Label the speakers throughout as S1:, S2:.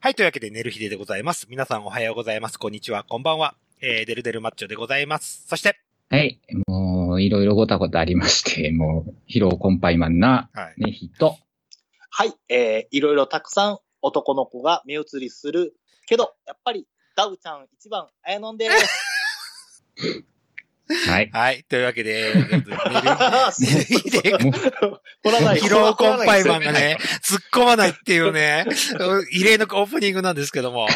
S1: はい、というわけで、寝る日ででございます。皆さんおはようございます。こんにちは、こんばんは。えー、デルデルマッチョでございます。そして、
S2: はい。もう、いろいろごたごたありまして、 もう、疲労困憊マンな、
S1: はい。
S2: ね、日と、
S3: はい、えー、いろいろたくさん男の子が目移りするけど、やっぱりダウちゃん一番、あやのんでーす。
S2: はい。
S1: はい、というわけで、えー寝る日で
S2: もう
S3: 取らない
S1: 疲労困憊マンが ね、突っ込まないっていうね、異例のオープニングなんですけども。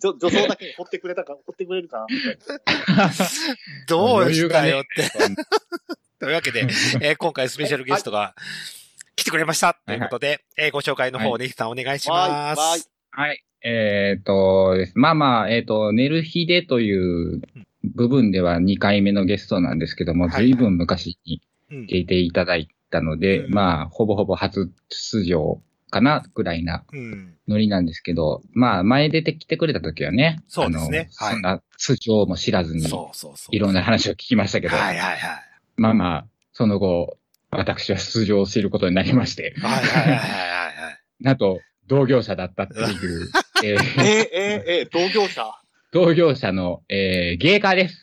S3: じょ女装だけに掘ってくれたか、掘ってくれるかな。
S1: どうしたよっ
S2: 余
S1: て。というわけで、えー今回スペシャルゲストが来てくれました。ということで、えーご紹介の方、
S2: は
S1: ネヒさんお願いし
S3: わ
S1: ま
S3: ーい、わーい
S1: す。。
S2: はい。えっ、とです、まあまあ、えっ、と、寝る日でという部分では2回目のゲストなんですけども、
S1: はいはい
S2: 随分昔に
S1: うん
S2: 聞いていただいたので、
S1: うん
S2: まあ、ほぼほぼ初出場かな、ぐらいな
S1: うん。
S2: ノリなんですけど、まあ、前出てきてくれた時はね、
S1: そうですねは
S2: あの
S1: い
S2: そんな出場も知らずに、
S1: そうそうそう。
S2: いろんな話を聞きましたけど、
S1: はいはいはい。
S2: まあまあ、その後、私は出場することになりまして、
S1: はいはいはいはいはい。
S2: なんと、同業者だったって いう、え
S3: えー
S2: ー、
S3: えーえー同業者。
S2: 同業者の、えー、ゲーカーです。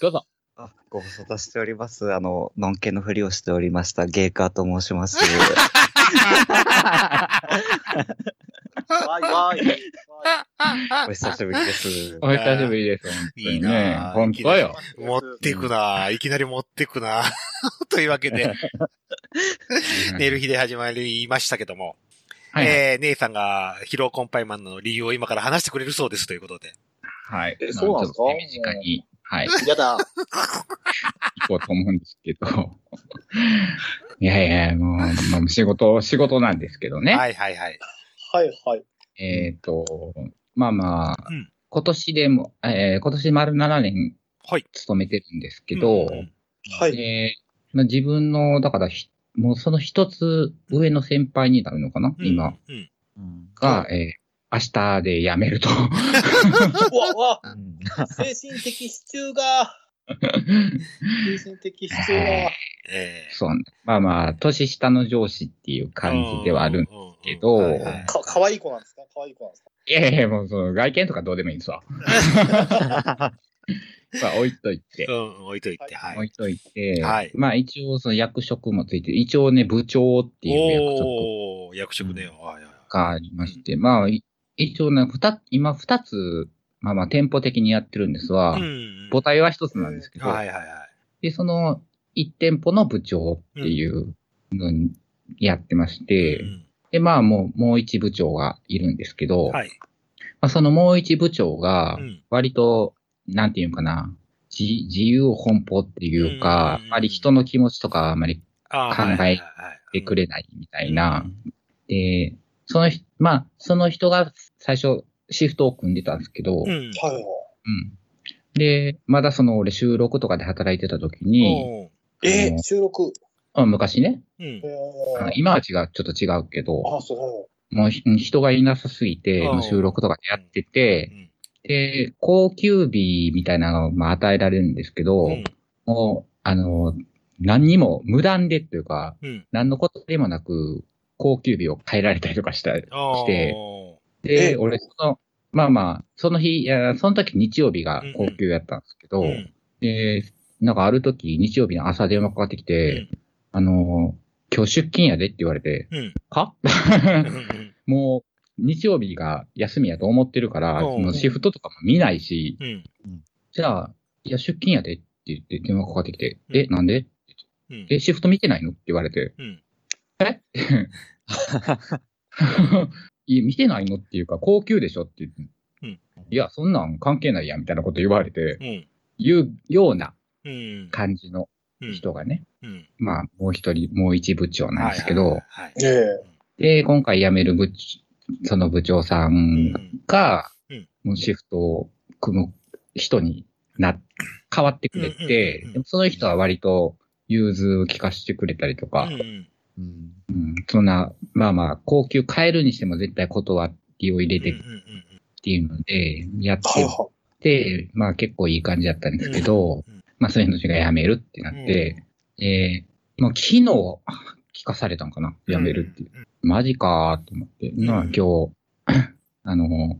S2: どうぞ。
S4: あご無沙汰しております。あの、のんけのふりをしておりました、ゲーカーと申します。
S3: わーい、わーい。わ
S4: お久しぶりです。
S2: お久しぶりです。本当
S1: いい
S2: にね
S1: な。あ
S2: 本当よ。
S3: ーい
S1: 持ってくなぁいきなり持ってくな ぁというわけで、寝る日で始まりましたけども、
S2: はいはい。
S1: えー、姉さんが疲労困憊マンの理由を今から話してくれるそうですということで。
S2: はい。
S3: えそうなんですか
S2: まあちょっと手短に、はい、行
S3: やだ。
S2: こうと思うんですけど。 いやいや、もう、もう仕事、仕事なんですけどね。
S1: はいはいはい。
S3: はい、はい。
S2: えっ、と、まあまあ、
S1: うん
S2: 今年でも、えー今年丸7年
S1: はい。
S2: 勤めてるんですけど、
S1: うんうん
S3: はい。
S2: えーまあ、自分の、だからひ、もうその一つ上の先輩になるのかな、
S1: うん
S2: 今
S1: うん
S4: うん
S2: が、えー明日で辞めると。
S3: うわ、うわ、
S4: うん
S3: 精神的支柱が。精神的支柱が。
S1: えー
S2: そうなんだまあまあ、年下の上司っていう感じではあるんですけど
S1: うんうんうんはいはい
S3: か、かわいい子なんですかかわいい子なんですか
S2: いやいや、もうその外見とかどうでもいいんで すわ。まあ置いといて
S1: う。ん、置いといて、は
S2: 置
S1: い。
S2: いといて、
S1: はい
S2: まあ一応その役職もついて、一応ね、部長っていう役職
S1: おー、役職ね。はいはい
S2: がありまして、まあい一応ね、二つ今二つ、まあまあ店舗的にやってるんですわ。
S1: はい。うん
S2: 母体は一つなんですけど、
S1: はいはいは
S2: で、その一店舗の部長っていうのにやってまし
S1: い。
S2: て、
S1: うん
S2: で、まあもう、もう一部長がいるんですけど、
S1: はい。
S2: まあ、そのもう一部長が
S1: うん、
S2: 割と、なんていうのかな、自自由奔放っていう
S1: うんうん
S2: か
S1: う、ん
S2: あまり人の気持ちとかあまり
S1: あー
S2: 考え
S1: はいはいはい
S2: てくれないみたいな、
S1: うん
S2: で、その人、まあ、その人が最初シフトを組んでたんですけど、
S1: うんうん
S3: はい、はい。
S2: うんで、まだその俺収録とかで働いてた時に、
S1: おー
S3: え
S2: あ
S3: ー、
S2: の
S3: 収録。
S2: あ昔ね、
S1: うん
S3: え
S2: あの
S3: ー、
S2: 今は違う、ちょっと違うけど、
S3: あ、そう。
S2: もうひ人がいなさすぎて、
S1: うん
S2: もう収録とかでやって
S1: う
S2: て、
S1: ん
S2: で、高級日みたいなのをまあ与えられるんですけど、
S1: うん
S2: もう、あの、何にも無断でっていうか、
S1: うん
S2: 何のことでもなく、高級日を変えられたりとかした。
S1: あー
S2: して
S3: え
S2: で、俺、その、まあまあ、その日、いや、その時日曜日が高級やったんですけど、
S1: うん
S2: で、なんかある時、日曜日の朝電話かかってきて、あの、今日出勤やでって言われて、
S1: うん
S2: は
S1: うんうん
S2: もう、日曜日が休みやと思ってるから、
S1: うん
S2: そのシフトとかも見ないし、
S1: うん
S2: じゃあ、いや、出勤やでって言って電話かかってきて、
S1: うん
S2: え、なんで
S1: うん
S2: え、シフト見てないのって言われて、
S1: うん
S2: えいや見てないのっていうか、高級でしょって言って、
S1: うん
S2: いや、そんなん関係ないや、みたいなこと言われて、
S1: うん
S2: 言うような
S1: うん
S2: 感じの
S1: うん
S2: 人がね、
S1: うん
S2: まあ、もう一人、もう一部長なんですけど、
S1: はいはいはい
S3: ええ
S2: で、今回辞める部長、その部長さ
S1: うんん
S2: が、
S1: うん
S2: もうシフトを組む人にな、変わってくれて、
S1: うんうんうんうん
S2: でもその人は割と融通を聞かせてくれたりとか、
S1: うん
S4: うん
S2: うんそんな、まあまあ、高級変えるにしても絶対断りを入れて
S1: うん
S2: っ
S1: うんうん
S2: ていうので、やって
S3: はい、
S2: っ
S3: は
S2: て、まあ結構いい感じだったんですけど、
S1: うん
S2: まあそういう人たちが辞めるってなって、えー、もう昨日、聞かされたんかな辞めるっていう。マジかーと思って、まあ今日、 あの、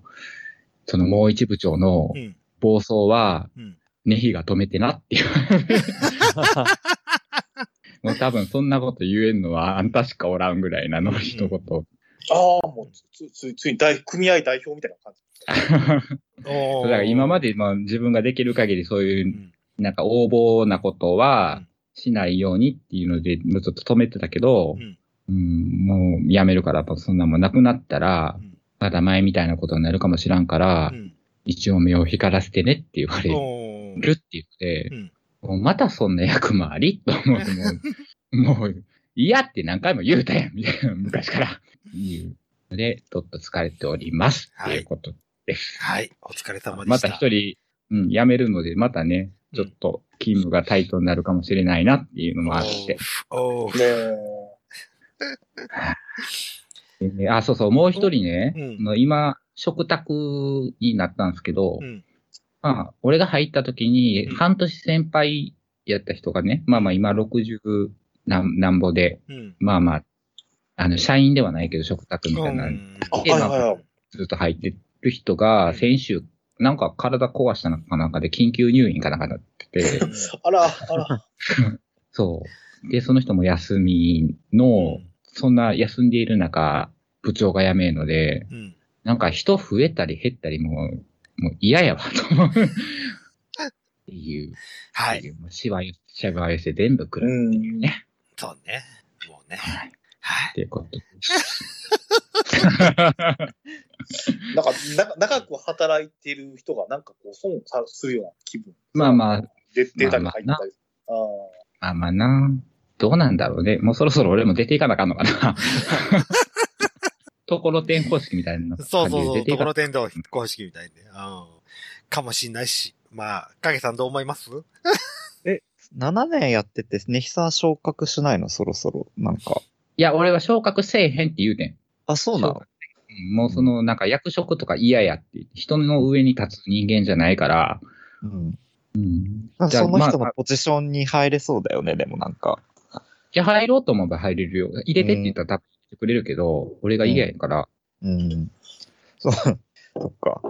S2: そのもう一部長の
S1: うん。
S2: 暴走は
S1: うん、
S2: ネヒが止めてなっていう。もう多分そんなこと言えんのはあんたしかおらんぐらいなの一言。
S3: ああ、もうつ、つ、つ、ついに大組合代表みたいな感じ。
S1: お
S2: だから今ま
S1: で、
S2: でまあ自分ができる限りそういうう、
S1: ん
S2: なんか横暴なこと
S1: う
S2: は
S1: ん
S2: しないようにっていうので、もうちょっと止めてたけど、
S1: うん
S2: うんもうやめるから、やっぱそんなもんなくなったら
S1: うん、
S2: まだ前みたいなことになるかもしらんから
S1: う、ん
S2: 一応目を光らせてねって言われ
S1: おー
S2: るって言って
S1: う、ん
S2: もうまたそんな役回りと思って、もう、もう、嫌って何回も言うたやんみたいな、昔から。言う。で、ちょっと疲れております。
S1: はい
S2: っていうことです。
S1: はい。お疲れ様で
S2: ま
S1: した。
S2: た一人、うん、辞めるので、またね、ちょっと勤務がタイトになるかもしれないなっていうのもあって。
S1: お ー。
S3: も
S2: であ、そうそう、もう一人ね、
S1: うん
S2: あの今、食卓になったんですけど、
S1: うん。
S2: まあ、俺が入った時に、
S1: うん
S2: 半年先輩やった人がね、まあまあ今60なんなんぼで、
S1: うん。
S2: まあまあ、あの、社員ではないけど、食卓みた
S1: う
S2: いな、
S1: ん
S3: あ、はい
S2: で
S3: はいはい。
S2: ずっと入ってる人が、先週、なんか体壊したのかなんかで、緊急入院かなんかなってて、
S3: あら、あら。
S2: そう。で、その人も休みの、そんな休んでいる中、部長が辞めるので、
S1: うん。
S2: なんか人増えたり減ったりもう、もう嫌やわ、と思う。っていう、
S1: は
S2: って
S1: い。
S2: いう、もうしわ寄せ、しわ寄せ全部く
S3: う
S2: る
S3: ん。
S1: そうね。もうね。
S2: はい
S1: はい
S2: っ。ていうこと。
S3: なんか、な長く働いてる人が、なんかこう、損をさするような気分。
S2: まあまあ、
S3: で、データが入ったり。ああ
S2: まあまあな。どうなんだろうね。もうそろそろ俺も出ていかなあかんの かな。ところてん方式みたいな感じで
S1: そうそうそ
S2: 出
S1: う。
S2: てい
S1: とこ
S2: か
S1: ろ天道公式みたいで。うん。かもしんないし。まあ、影さんどう思います
S4: 7年やってて、ネヒさん昇格しないのそろそろ。なんか。
S2: いや、俺は昇格せえへんって言うてん。
S4: あ、そうなの
S2: うんもうその、なんか役職とか嫌やって、人の上に立つ人間じゃないから、
S4: うん。
S2: うん。
S4: なんかその人
S2: ま
S4: の
S2: あ、
S4: ポジションに入れそうだよね、でもなんか。
S2: じゃあ入ろうと思えば入れるよ。入れてって言ったら多分入れてくれるけど、俺が嫌やから、
S4: うん。そう。 そっか。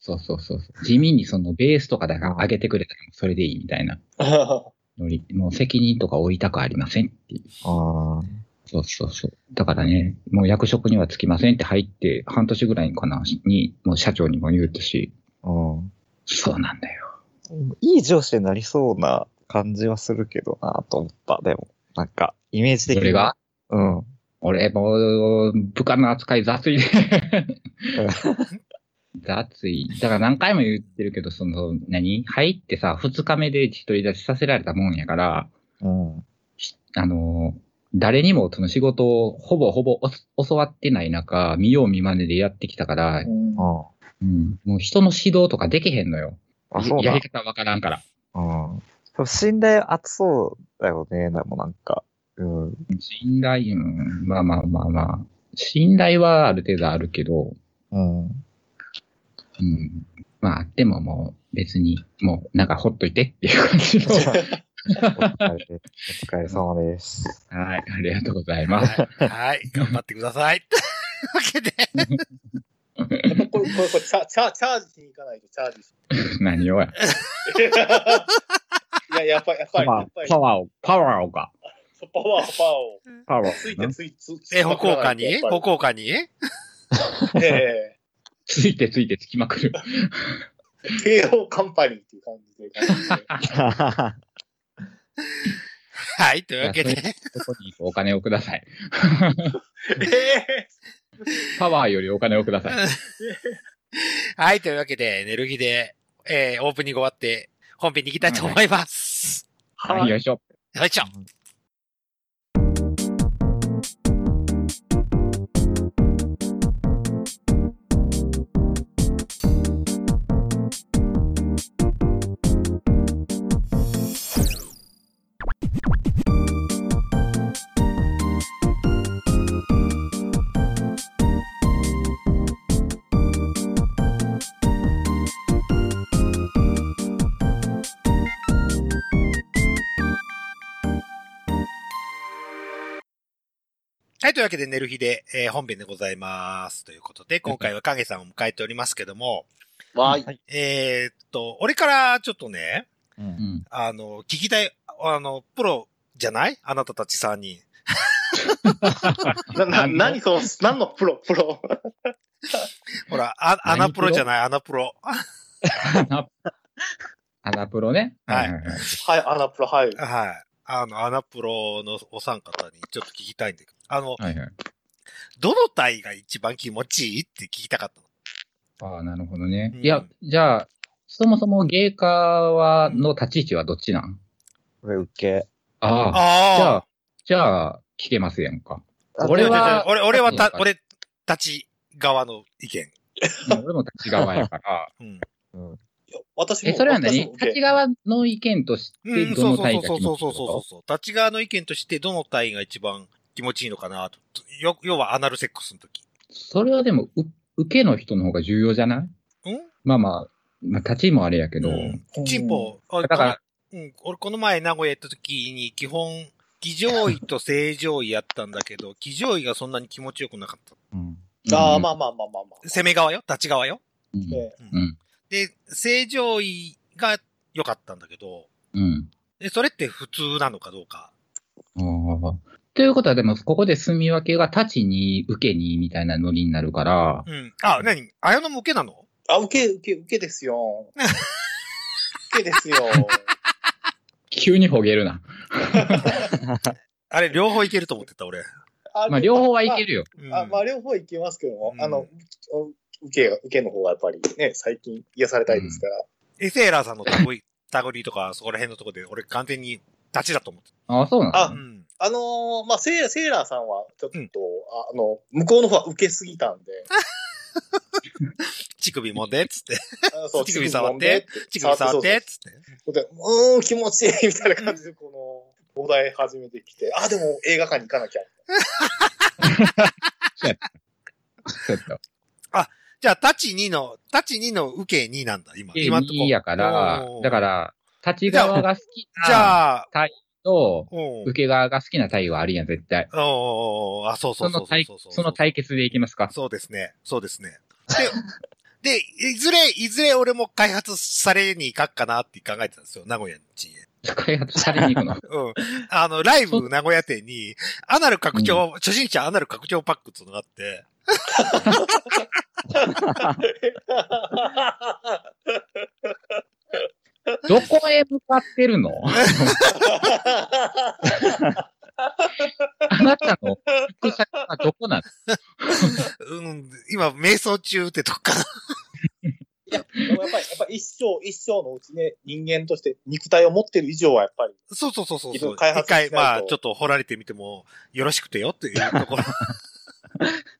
S2: そうそうそうそう。地味にそのベースとかだから上げてくれたらそれでいいみたいな
S3: ー。
S2: ノリ。もう責任とか負いたくありませんっていう。
S4: ああ。
S2: そうそうそう。だからね、もう役職にはつきませんって入って、半年ぐらいかな、に、もう社長にも言うたし、
S4: うん。
S2: そうなんだよ。
S4: いい上司になりそうな感じはするけどなと思った。でも、なんか、イメージ
S2: そ
S4: 的に。
S2: れが
S4: うん。
S2: 俺もう、部下の扱い雑いで。雑い。だから何回も言ってるけど、その、何入ってさ、二日目で独り立ちさせられたもんやから、
S4: うん。
S2: しあのー、誰にもその仕事をほぼほぼお教わってない中、見よう見まねでやってきたから、
S3: うん
S4: うん。
S2: うん、もう人の指導とかできへんのよ。
S4: あ、そう
S2: や
S4: だ
S2: り。方わからんから。
S4: うん。でも信頼厚そうだよね、でもなんか。うん。
S2: 信頼、うん、まあまあまあまあ。信頼はある程度あるけど、
S4: うん。
S2: うん。まあ、でももう別に、もうなんかほっといてっていう感 じの。
S4: お疲れお疲れ様です。
S2: はい、ありがとうございます。
S1: はい。はい。頑張ってください。というわけ で。
S3: やっぱこれ、これ、これ、チャチャチャージしに行かないと、チャージし
S2: 何をや。
S3: いや、やっぱり、やっぱり、やっぱり、パ
S2: ワーを、パワーをか。
S3: ワー、パワーを。
S2: パワ
S3: ついて、ついつ、つ
S1: え、歩行家に歩
S3: こ
S1: 行家に
S3: うえ
S2: ついてついてつきま くる。
S3: え、KO カンパニーっていう感じで。
S1: はい。というわけ
S2: い や
S1: で。
S2: そこにお金をください。
S3: え
S2: パワーよりお金をく ださい。
S1: はい。というわけで、寝る日で、えー、オープニング終わって、本編に行きたいと思います。
S3: はい
S2: はい、よいしょ。
S1: よいしょ。はい、というわけで、寝る日で、えー本編でございます。ということで、今回は影さんを迎えておりますけども、
S3: わーい。
S4: はい。
S1: えーっと、俺からちょっとね、
S4: う。
S2: うんん。
S1: あの、聞きたい、あの、プロじゃないあなたたち3人。
S3: な、な、
S2: 何
S3: 何その、何のプロ、プロ。
S1: ほら、あ、アナプロじゃない、アナプロ。
S2: アナ、アナプロね。
S1: はい
S2: はいはい。
S3: はい、アナプロ、はい。
S1: はい。あの、アナプロのお三方にちょっと聞きたいんだけど、あの、
S2: はいはい。
S1: どの体が一番気持ちいいって聞きたかったの
S2: ああ、なるほどね
S1: う。ん
S2: いや、じゃあ、そもそもゲーカーは、の立ち位置はどっちなん
S4: これ受け。
S2: ああ、じゃ
S1: あ
S2: あ、じゃあ、聞けますやん か。
S4: あ
S2: 俺は
S1: 違う違う違う俺、俺はた、
S2: うん
S1: 俺たち側の意見。
S2: もう俺も立ち側やから。
S1: うん。
S3: 私も
S2: え、それは何
S3: 私も
S2: 立ち側の意見とし
S1: うん、
S2: て、
S1: そ
S2: ど
S1: う
S2: の
S1: そう
S2: 体が
S1: そう
S2: 気
S1: そ
S2: 持
S1: う
S2: ちいい
S1: そう
S2: って
S1: そ
S2: こ
S1: うそう。立ち側の意見として、どの体が一番気持ちいいのかなと。よ、要はアナルセックスの時。
S2: とそれはでも、う受けの人の方が重要じゃない
S1: ん
S2: まあまあ、まあ、立ち位もあれやけど。
S1: うん。チンポ、あ
S2: だから、
S1: うん、俺この前名古屋行った時に基本、騎乗位と正常位やったんだけど、騎乗位がそんなに気持ちよくなかった。
S4: うん。
S3: あ
S2: う
S3: あ、
S2: ん
S3: まあまあまあまあまあ。
S1: 攻め側よ立ち側よ
S2: うん
S3: え
S2: うん。
S1: で、正常位が良かったんだけど、
S2: うん。
S1: で、それって普通なのかどうか。
S2: ああ。ということは、でも、ここで住み分けが立ちに、受けに、みたいなノリになるから、
S1: うん。あ、なに綾野も受けなの
S3: あ、受け、受け、受けですよ。受けです よ。
S2: 急にほげるな。
S1: あれ、両方いけると思ってた、俺。
S3: あ
S2: まあ、両方はいけるよ。
S1: うん、
S3: まあ。あまあ、両方いけますけども、
S1: うん
S3: あの、お受け、受けの方がやっぱりね、最近癒されたいですから。
S1: エセーラーさんのタゴリ、タゴリとか、そこら辺のとこで、俺完全に立ちだと思って
S2: ああ、そうなの
S1: た。
S3: あ
S1: うん。
S3: あのーまあ、セーセーラーさんは、ちょっと、
S1: うん
S3: ああの、向こうの方は受けすぎ たんで、
S1: 乳首もんで、つって。
S3: あそう、
S1: 乳首触って
S3: 乳
S1: 乳首触っ。
S3: そうそう
S1: て、つって。
S3: そうでうーん、気持ちいいみたいな感じで、この、お題始めてきて、あ、でも映画館に行かなきゃ。
S2: ちょっと。
S1: じゃあ、立ち2の、立ち2の受け2なんだ、今。
S2: い
S1: 今んとこ。
S2: いやから
S1: お、ー
S2: だから、立ち側が好き
S1: じ
S2: な
S1: ゃあ、
S2: と、
S1: うん。
S2: 受け側が好きな対応あるやん、絶対。
S1: おーおーおーあ、そうそ
S2: そう
S1: そ
S2: の
S1: うそう
S2: 対、
S1: そうそう。
S2: その対決でいきますか。
S1: そうですね。そうですね。で、 で、いずれ、いずれ俺も開発されに行かっかなって考えてたんですよ、名古屋の地へ。
S2: 開発されに行くの。
S1: うん。あの、ライブ名古屋店に、アナル拡張、初心者アナル拡張パックっていうのがあって、
S2: どこへ向かってるのあなたの行く先はどこなの
S1: うん、今、瞑想中ってとこかな。
S3: でもやっぱり、やっぱ一生、一生のうちね、人間として肉体を持ってる以上は、やっぱり、
S1: そうそうそうそう
S3: い
S1: そ。
S3: ろいうろ開
S1: 一
S3: 発しない
S1: 回、
S3: と
S1: まあ、ちょっと掘られてみてもよろしくてよっていうところ。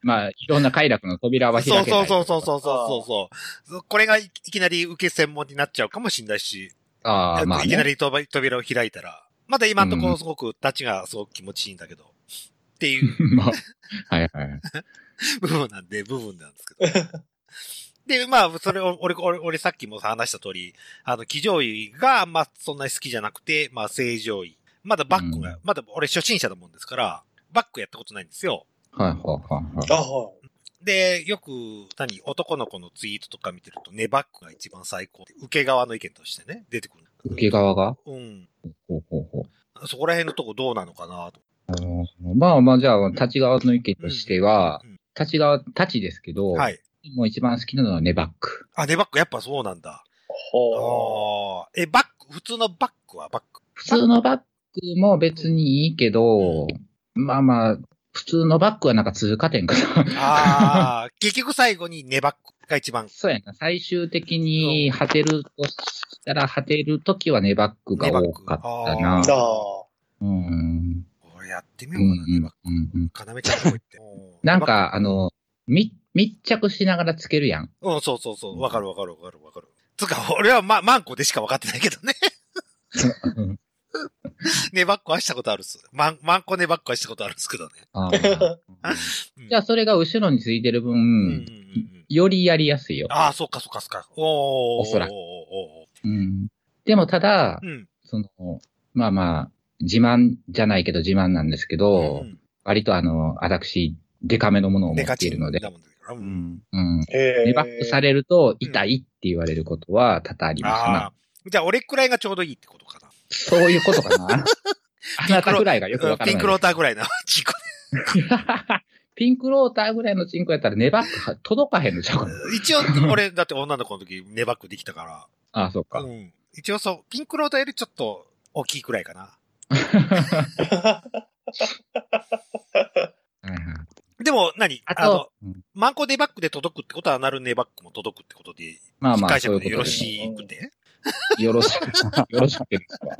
S2: まあ、いろんな快楽の扉は開けた
S1: そう
S2: い
S1: そうそうそうそうそうそうそう。これがいいきなり受け専門になっちゃうかもしれないし、
S2: ああ、まあ、
S1: いきな
S2: ね。
S1: り扉扉を開いたら、まだ今のとこ
S2: う
S1: ろ
S2: ん
S1: すごく立ちがすごく気持ちいいんだけど、っていう
S2: まあ、はいはい。
S1: 部分なんで、部分なんですけ ど。で、まあ、それを、俺、俺、俺さっきも話した通り、あの、騎乗位が、まあ、そんなに好きじゃなくて、まあ、正常位。まだバックが、
S2: うん
S1: まだ俺初心者だもんですから、バックやったことないんですよ。
S2: はいはいはいはい。
S3: あは
S1: で、よく、何、男の子のツイートとか見てると、ネバックが一番最高って。受け側の意見としてね、出てくる。
S2: 受け側が
S1: うん。
S2: ほうほうほう。
S1: そこら辺のとこどうなのかなと。
S2: あのまあまあ、じゃあ、立ち側の意見としては
S1: うんうん、
S2: 立ち側、立ちですけど、
S1: はい。
S2: もう一番好きなのはネバック。
S1: あ、ネバックやっぱそうなんだ。あ
S3: は
S1: あ。え、バック、普通のバックはバック。
S2: 普通のバックも別にいいけど、まあまあ、普通のバックはなんか通過点かな。
S1: あ あ。結局最後にネバックが一番。
S2: そうやな。最終的に果てるとしたら、果てるときはネバックが多かった
S1: ネバッ
S2: な
S1: ク。
S3: あ。
S2: うん。
S1: 俺やってみ
S2: う
S1: ようかな、ネ
S2: ん
S1: バック。
S2: うんうん
S1: かなめちゃんとこ行 って。
S2: なんか、あの、み、密着しながらつけるやん。
S1: うん、そうそうそう。わかるわかるわかるわかる。つうか、俺はま、マンコでしか分かってないけどね。 ネバックはしたことあるっす。マン、マンコネバックはしたことあるっすけどね。
S2: あー
S1: うん
S2: じゃあ、それが後ろについてる分、
S1: うんうんうんうん
S2: よりやりやすいよ。
S1: ああ、そっかそっかそっか。おー。
S2: おそらく
S1: おーお
S2: うん、でも、ただ
S1: ーおー、うん。
S2: その、まあまあ、自慢じゃないけど自慢なんですけど、
S1: うん
S2: 割とあの、私、デカめのものを持
S1: で
S2: っ
S1: か
S2: てい
S1: ち
S2: るので、
S1: だもんだから。う。
S4: うんん。
S2: うん。
S3: え
S2: ネバップされると痛いって言われることは多々ありました
S1: あ
S2: な
S1: あ。。じゃあ、俺くらいがちょうどいいってことかな。
S2: そういうこと かな。あなたぐらいがよくわ
S1: うん
S2: から
S1: ピン
S2: ない
S1: ク。ローターぐらいな。 ちっこ
S2: ピンクローターぐらいのチンコやったらネバックは届かへんのちゃうかな。
S1: い一応、俺、だって女の子の時、ネバックできたか
S2: ああ、そう
S1: ら。
S2: か
S1: う。ん。一応そう、ピンクローターよりちょっと大きいくらいかな。
S2: はいはい
S1: でも何、
S2: あ
S1: あの
S2: と、、うん
S1: マンコネバックで届くってことは、アナルネバックも届くってことで、
S2: まあまあ、
S1: 解
S2: そう
S1: 釈
S2: いうこ
S1: でよ
S2: と
S1: ろ
S2: ですね。
S1: しくて。
S2: よろし く、よろしくてですわ。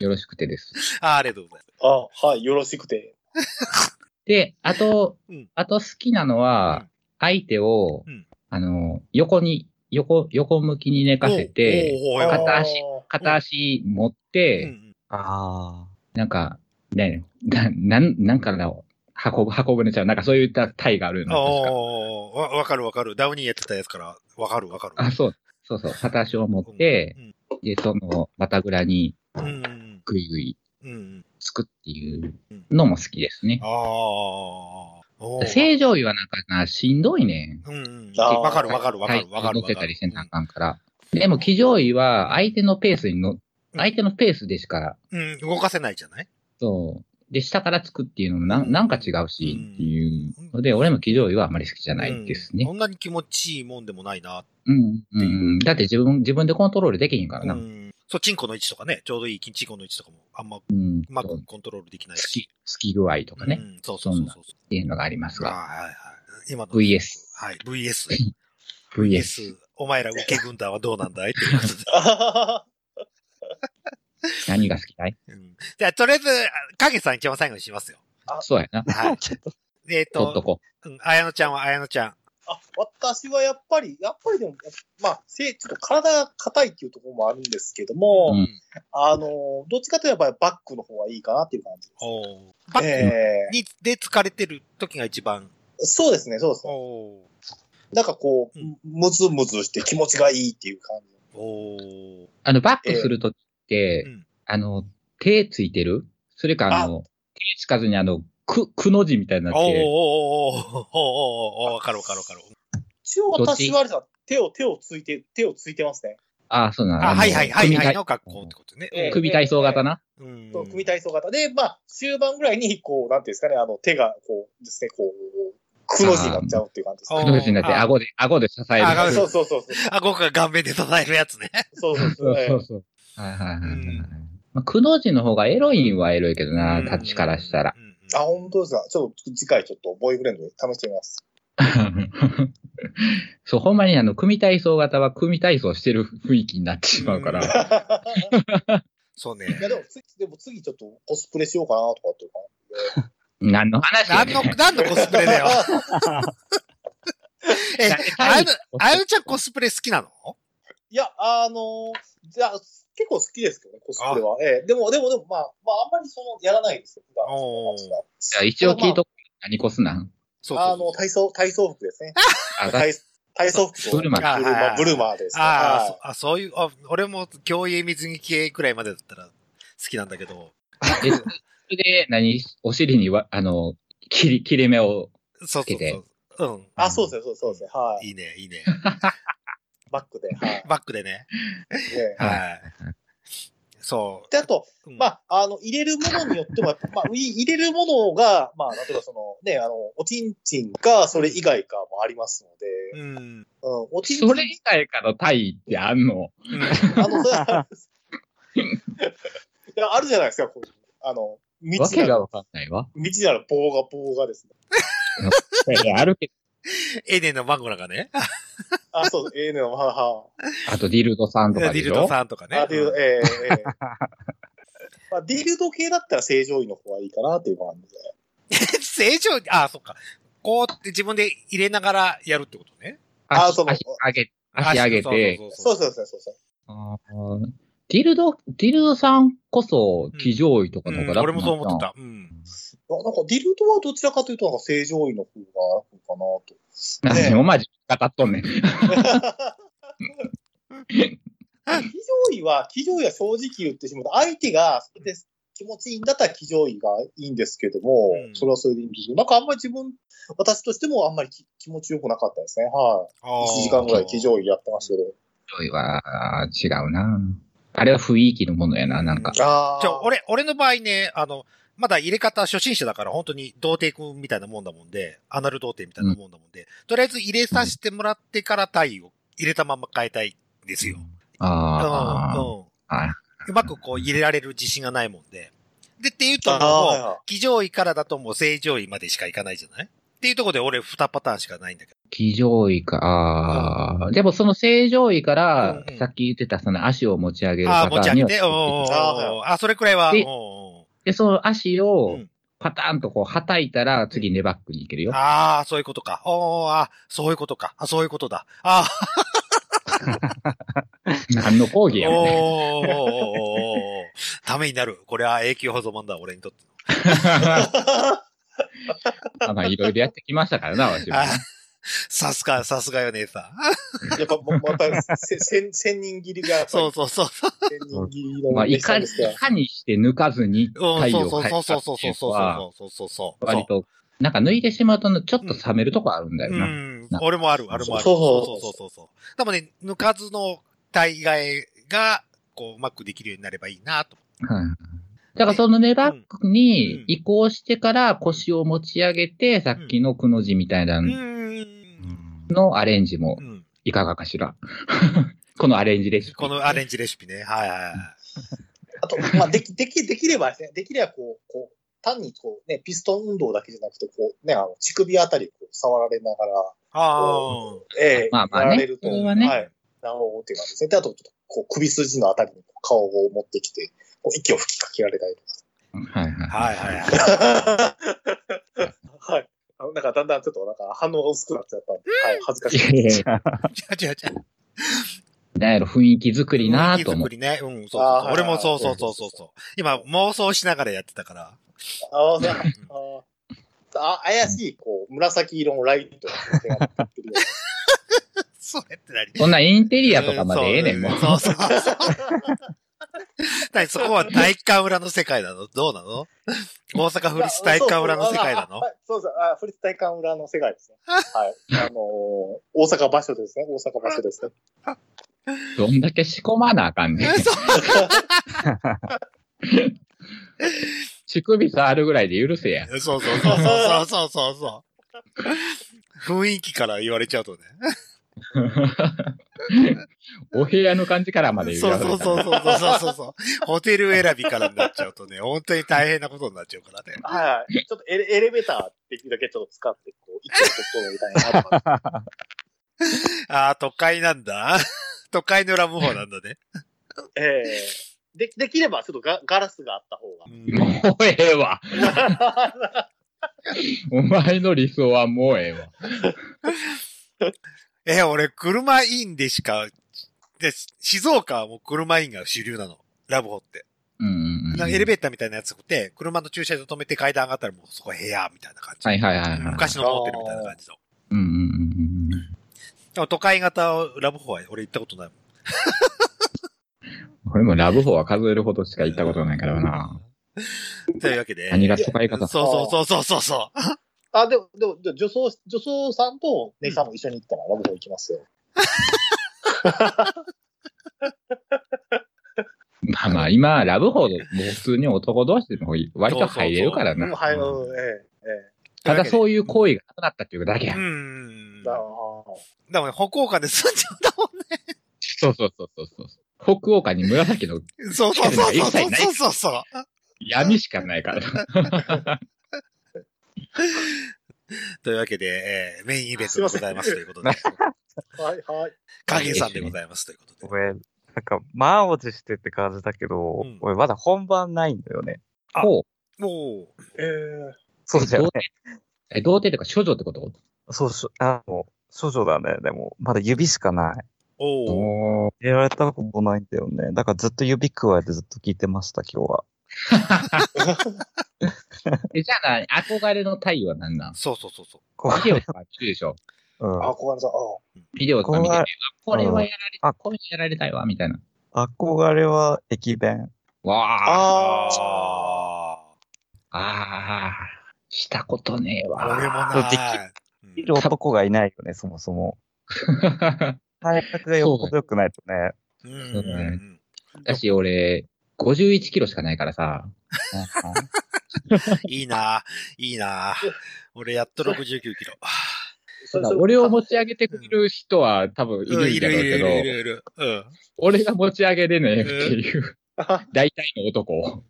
S2: よろしくてです。
S1: ああ、ありがとうござい
S3: あ、はい、よろしくて。
S2: で、あと
S1: うん、
S2: あと好きなの
S1: う
S2: は
S1: ん、
S2: 相手を
S1: うん、
S2: あの、横に、横、横向きに寝
S1: ま
S2: か
S1: す。
S2: せて、
S1: おうおうおう
S3: あ
S1: よ
S3: ー
S1: かっ
S2: 片足片足持った
S1: うんう
S2: て、
S1: ん
S4: あ
S2: なんか、ね、な、なん、なんかな、運ぶ、運ぶねちゃう。なんかそういった体があるの。確か
S1: おーわわかるわかる。ダウニーやってたやつから、わかるわかる。
S2: あ、そう、そうそう。片足を持って、で、その、またぐらに
S1: うん。うんうん
S2: ぐいぐい
S1: うん。うん。
S2: つくっていうのも好きですね
S1: あ。あ。おー
S2: 正常位はなんかな、しんどいねん。
S1: うんうん。
S3: あー
S1: わかるわかるわかるわかる
S2: 乗
S1: わ
S2: せ
S1: か
S2: たり
S1: る
S2: せ。なあかんから。でも、騎乗位は相手のペースにの、
S1: うん
S2: 相手のペースでしか、
S1: うん、動かせないじゃない
S2: そう。で、下からつくっていうのもな、
S1: うん
S2: なんか違うし、っていうので、俺も騎乗位はあまり好きじゃないです
S1: うん
S2: ね
S1: そ。んなに気持ちいいもんでもないな。
S2: うん。うんうんだって自分、自分でコントロールできへんから
S1: う
S2: な。
S1: ん。そう、チンコの位置とかね、ちょうどいいチンコの位置とかも、あんま、う
S2: うん。
S1: ま
S2: そ
S1: く
S2: う
S1: コントロールできない
S2: 好
S1: し
S2: き。、好き具合とかね、
S1: う
S2: っ
S1: ん、そうそうそうそう。
S2: ていうのがあります
S1: はい
S2: が、
S1: はいはい。今の。
S2: VS。
S1: はい、VS。
S2: VS。
S1: お前ら受け軍団はどうなんだいっていうことで。
S2: 何が好きかい
S1: うんじゃあ、とりあえず、影さん一番最後にしますよ。
S2: そうやな。
S1: はい。えっ
S2: 取っと
S1: と、
S2: こ
S1: うん綾乃ちゃんは綾乃ちゃん。
S3: あ私はやっぱり、やっぱりでも、まあ、せいちょっと体が硬いっていうところもあるんですけども、
S2: うん
S3: あの、どっちかといえばバックの方がいいかなっていう感じです。
S1: おーバック
S3: え
S1: に、で疲れてる時が一番。
S3: ーそうですね、そうですね。
S1: おー
S3: なんかこう
S1: うん、
S3: ムズムズして気持ちがいいっていう感じ。
S1: おー
S2: う。あの、バックするときって、
S1: ええうん
S2: あの、手ついてるそれか、あの、手つかずにあの、く、くの字みたいにな
S1: おーおーおーおーおーおー
S2: って、
S1: おーわかるわかるわかる。
S3: 一応私はあれさ、手を、手をついて、手をついてますね。
S2: ああ、そうなの
S1: あ、はいはいはいはい
S2: あ
S1: の格好ってことね。
S3: ええ
S2: の組体操型な。
S1: うん
S3: そう組体操型で、まあ、終盤ぐらいに、こう、なんていうんですかね、あの、手が、こう、ですね、こう、くの字になっちゃうっていう感じです
S1: あ
S3: ね
S1: ー。
S2: くの字になって、
S1: あ
S2: 顎で、顎で支える。
S1: あー
S3: そうそうそうそう。
S1: あ、僕が顔面で支えるやつね。
S3: そうそう
S2: そ
S3: そうう。
S2: そうそう。はいはいはいはいは
S1: う
S2: い
S1: ん。
S2: まあくの字の方がエロいんはエロいけどな、
S1: うん
S2: タッチからしたら。。
S1: うん
S3: あ、本当ですか。ちょっと次回ちょっとボーイフレンドで試してみます。
S2: そう、ほんまにあの、組体操型は組体操してる雰囲気になってしまうか
S1: うん
S2: ら。
S3: い
S1: そうね。
S3: や、でも次、でも次ちょっとコスプレしようかなとかっていうか。
S2: 何の話や
S1: 何
S2: ねん
S1: の、何のコスプレだよ。え、あやの、あやのちゃんコスプレ好きなの
S3: いや、あのじゃあ、結構好きですけどね、コスプレは。ええ、でも、でも、でも、まあ、まあ、あんまりその、やらないですよ、普段
S1: おー
S3: 私は
S2: じゃあ一応聞いとく。何こすなん
S1: そう
S3: あ
S1: そう
S3: の、
S1: そう。
S3: 体操、体操服ですね。
S2: あ、だ
S3: 体体操服を
S2: ブルマ
S3: ブルマ、ブルマーです
S1: あ
S3: ね。
S1: ー
S3: は
S1: そあ、そういう、あ、俺も競泳水着系くらいまでだったら好きなんだけど。
S2: えそれで、何お尻にわ、あの、切り、切れ目を。
S1: そうそう
S2: つけて
S1: そう。うん。
S3: いあ、そうですね、そうですねそうですね。はい。
S1: いいね、いいね。
S3: バックで。はい。
S1: バックでね。
S3: ね
S2: はい
S1: はい。そ
S3: で、あと、
S1: う。うん
S3: ま、あ、あの、入れるものによっても、やっぱまあ、い入れるものが、まあ、例えばその、ね、あの、おちんちんか、それ以外かもありますので、
S1: うん。
S3: うん、おちんちん。
S2: それ以外から体位ってあんの
S3: あの、そ れはいやあるじゃないですか、こうあの、道
S2: わけ
S3: な
S2: が
S3: る、
S2: わかんないわ。
S3: 道なる棒が棒がですね。
S2: いやあるけど。
S1: エデンのマンゴラがね、
S3: あ、そう、ええね、はは。
S2: あと、ディルドさん
S1: デ
S2: とか
S1: ィ
S2: でし
S1: ル
S2: ょ
S1: ドさんとかね。
S3: あ、ディルド、ええええ まあ、ディルド系だったら正常位の方がいいかなっていう感じで。
S1: 正常に、あ、そっか。こうって自分で入れながらやるってことね。
S3: あ
S2: 足
S3: その
S2: 足上げ、足上げて。
S1: そうそ
S3: そ
S1: そ
S3: うう
S1: う
S3: そうそうそうそう。
S2: あーディルド、ディルドさんこそ、騎乗位とか
S1: そう
S2: の方
S1: う
S2: が
S1: ん。
S2: 楽
S1: 俺もそう思って
S2: た。
S1: た。うん。
S3: あなんかディルドはどちらかというと、なんか正常位の方が楽かなと。
S2: 何
S3: ねえ
S2: お前自分語っとんねん。
S3: 騎乗位は、騎乗位は正直言ってしまうと、相手が、それで気持ちいいんだったら気乗位がいいんですけども、
S1: うん
S3: それはそれでいいんですけど、なんかあんまり自分、私としてもあんまりき気持ちよくなかったですね。は
S1: あー
S3: い。1時間ぐらい気乗位やってましたけど。
S2: 上位は違うな。あれは雰囲気のものやな、なんか。
S3: あ
S1: じゃあ、俺、俺の場合ね、あの、まだ入れ方初心者だから、本当に童貞君みたいなもんだもんで、アナル童貞みたいなもんだもんで、とりあえず入れさせてもらってから体位を入れたまま変えたいんですよ。
S2: あ
S1: うん。うん
S2: あ、あ
S1: うまくこう入れられる自信がないもんで。で、っていうともう、
S3: あー
S1: 気上位からだともう正常位までしかいかないじゃないっていうところで俺2パターンしかないんだけど。
S2: 気上位か、ああ、でもその正常位か
S1: う
S2: ら
S1: んうん、
S2: さっき言ってたその足を持ち上げる
S1: ああ
S2: パ
S1: ー、持ち上
S2: ターンに
S1: げて。
S2: は
S1: うんうんうんあ、それくらいは。うんう
S2: で
S1: ん
S2: で、その足
S1: う
S2: を
S1: ん
S2: パターンとこう、はたいたら、次ネバックに行ける
S1: うん
S2: よ。
S1: ああ、そういうことか。おーあーそういうことか。あそういうことだ。あ
S2: 何の講義
S1: ー
S2: や
S1: おー
S2: も
S1: お
S2: ん
S1: ー
S2: ね。
S1: おーおーおーためになる。これは永久保存版だ、俺にとって。
S2: まあまあ、いろいろやってきましたからな、私
S1: あ
S2: は
S1: ー。さすが、さすがよ、姉さん。
S3: はい。やっぱ、もうやっぱ、せ千、千人切りが、やっぱ
S1: そ
S3: り
S1: うそうそう。
S3: 千人切りの
S2: まあ、い
S3: 列
S2: か
S3: 車
S2: に、
S3: で
S2: い
S3: すから
S2: かにして抜かずに
S1: うん、
S2: 太
S1: そ
S2: 陽
S1: う
S2: を
S1: そう
S2: 変え
S1: そ
S2: た
S1: うそうそう
S2: ってい
S1: そうう
S2: のは、
S1: そうそうそう。
S2: 割と、なんか抜いてしまうと、ちょっと冷めるとこあるんだよ
S1: う
S2: な。
S1: ん
S2: な。
S1: 俺もある、あれもある。
S3: そう
S1: そうそうそうそう。でもね、抜かずの対替が、こう、うまくできるようになればいいなと。
S2: はいだからそのネバック
S1: うん
S2: に移行してから腰を持ち上げて、さっきのくの字みたいな
S1: う
S2: の
S1: ーん。
S2: のアレンジも
S1: うん。
S2: いかがかしら。 このアレンジレシピ。
S1: このアレンジレシピね。はいはいはい。
S3: あと、まあ、でき、でき、できればですね、できればこう、こう、単にこうね、ピストン運動だけじゃなくて、こうね、あの、乳首あたりをこう触られながら、
S1: ああ。
S3: ええ
S2: まあまあね
S3: やられると、
S2: それはね
S3: はい。なるほどっていう感じですね。で、あと、ちょっとこう、首筋のあたりにこう顔を持ってきて、こう息を吹きかけられたりと
S2: はいはい。
S1: はいはいはい。
S3: か。はい。あのなんか、だんだんちょっと、なんか、反応が薄くなっちゃったんで、はい、恥ずかしい。
S2: いやいや
S1: じゃじゃじゃ。
S2: なんやろ、雰囲気作りなぁと思
S1: 作
S2: う。
S1: りね。うん、そうそう
S3: あー
S1: そう。
S3: はい
S1: 俺もそうそうそうそうそう。今、妄想しながらやってたから。
S3: ああ、そう
S1: うん
S3: ああ、怪しい、こう、紫色のライトが手がかかってるような
S1: それって何
S2: こんなインテリアとかまでええねん、もう。
S1: そうそうそう。 何そこは大官裏の世界なのどうなの大阪 府立大官裏の世界なの
S3: あそうそう、あ、府立体館裏の世界ですね。はい。あのー大阪場所ですね。大阪場所ですね。
S2: どんだけ仕込まなあ かんねん。乳首触るぐらいで許せや。
S1: そうそうそうそうそうそうそう。雰囲気から言われちゃうとね。
S2: お部屋の感じからまで許せ
S1: そうそうそうそうそうそう そう。ホテル選びからになっちゃうとね、本当に大変なことになっちゃうからね。
S3: はいはい。ちょっとエレエレベーターできるだけちょっと使って、こう、一気に整みたいなとか。
S1: ああ、都会なんだ。 都会のラブホなんだね。
S3: ええで、できればちょっとガガラスがあった方が。
S2: もうえ えわ。お前の理想はもうええわ。
S1: え、俺、車インでしか、で、静岡はもう車インが主流なの。ラブホって。
S2: うんうんう
S1: な
S2: ん。
S1: んかエレベーターみたいなやつがて、車の駐車場止めて階段上がったらもうそこ部屋みたいな感じ。
S2: はいはいはいはい。
S1: 昔のホテルみたいな感じの。
S2: うんうんうん
S1: でも都会型ラブホは俺行ったことないもん。
S2: うん。これもラブホは数えるほどしか行ったことないからな。
S1: というわけで。
S2: 何が都会かと。
S1: そうそうそうそうそうそう。
S3: あ、でも、でも、でも女装、女装さんと姉さんも一緒に行ったらラブホ行きますよ。
S2: まあまあ、今、ラブホでもう普通に男同士でも割と入れるから
S3: うん、
S2: な。
S3: はい、うんええ
S2: ただそう
S1: いう
S2: いう行為がなくなったっていうだけや
S1: わけで。う。ん。
S3: ええだ
S1: だもんね、北欧館で住んじゃうんだもん
S2: そうそうそうそうそう。北欧下に紫の
S1: ね。そうそうそうそうそうそうそう。
S2: 闇しかないから。
S1: というわけで、えーメインイベントでございますということ で、
S3: はい、はい。
S1: 影さんでございますということで。
S4: 俺、なんか、満を持してって感じだけど、
S1: うん
S4: 俺まだ本番ないんだよね。
S1: あ
S2: ほう。
S1: もう、
S3: ええ
S4: そうじゃね
S2: 童。貞え、童貞とか処女ってこと
S4: そうしょ、あの、少女だね。でも、まだ指しかない。
S1: おお。
S2: おー。
S4: 入れられたことないんだよね。だからずっと指加えてずっと聞いてました、今日は。
S2: え、じゃあな、憧れの対は何なん
S1: そうそうそうそう。
S4: こ
S2: ビデオとか見るでしょ
S4: うん、
S3: あ、小金さん、あ
S2: ビデオとか見てて、あ
S4: 憧れ
S2: これはやられ
S4: あ
S2: これやられたいわ、みたいな。
S4: 憧れは駅弁。
S2: わあ、
S3: ああ。
S1: あ
S2: ああ、したことねえ
S1: あ。俺も
S2: わ。
S1: ない。
S4: いる男がいないよね、そもそも。 体格がよっぽど良くないとね。
S1: うんうんうんうん
S2: だし、俺、51キロしかないか らさ。
S1: いいな、いいな。俺やっと69キロ。
S3: それ
S2: 俺を持ち上げてくれる人は多分い
S1: うん
S2: る
S1: い
S2: んだ
S1: るい
S2: ろう
S1: るいるい
S2: けど、
S1: るいる。うん。
S2: 俺が持ち上げれねえっていう、
S3: あ
S2: 大体の男を。